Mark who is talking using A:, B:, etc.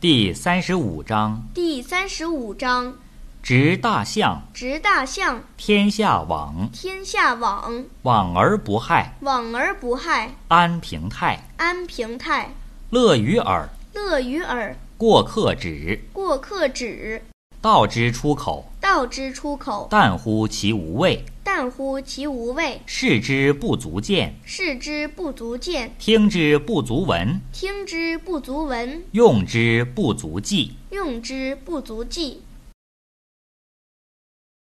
A: 第三十五章：
B: 第三十五章：
A: 执大象，
B: 执大象，
A: 天下网，
B: 天下网，
A: 网而不害，
B: 网而不害，
A: 安平泰，
B: 安平泰，
A: 乐于耳，
B: 乐于耳，
A: 过客止，
B: 过客止，
A: 道之出口，
B: 道之出口，
A: 淡乎其无味，
B: 淡乎其无味，
A: 视之不足见，
B: 视之不足见，
A: 听之不足闻，
B: 听之不足闻，
A: 用之不足记。
B: 用之不足记。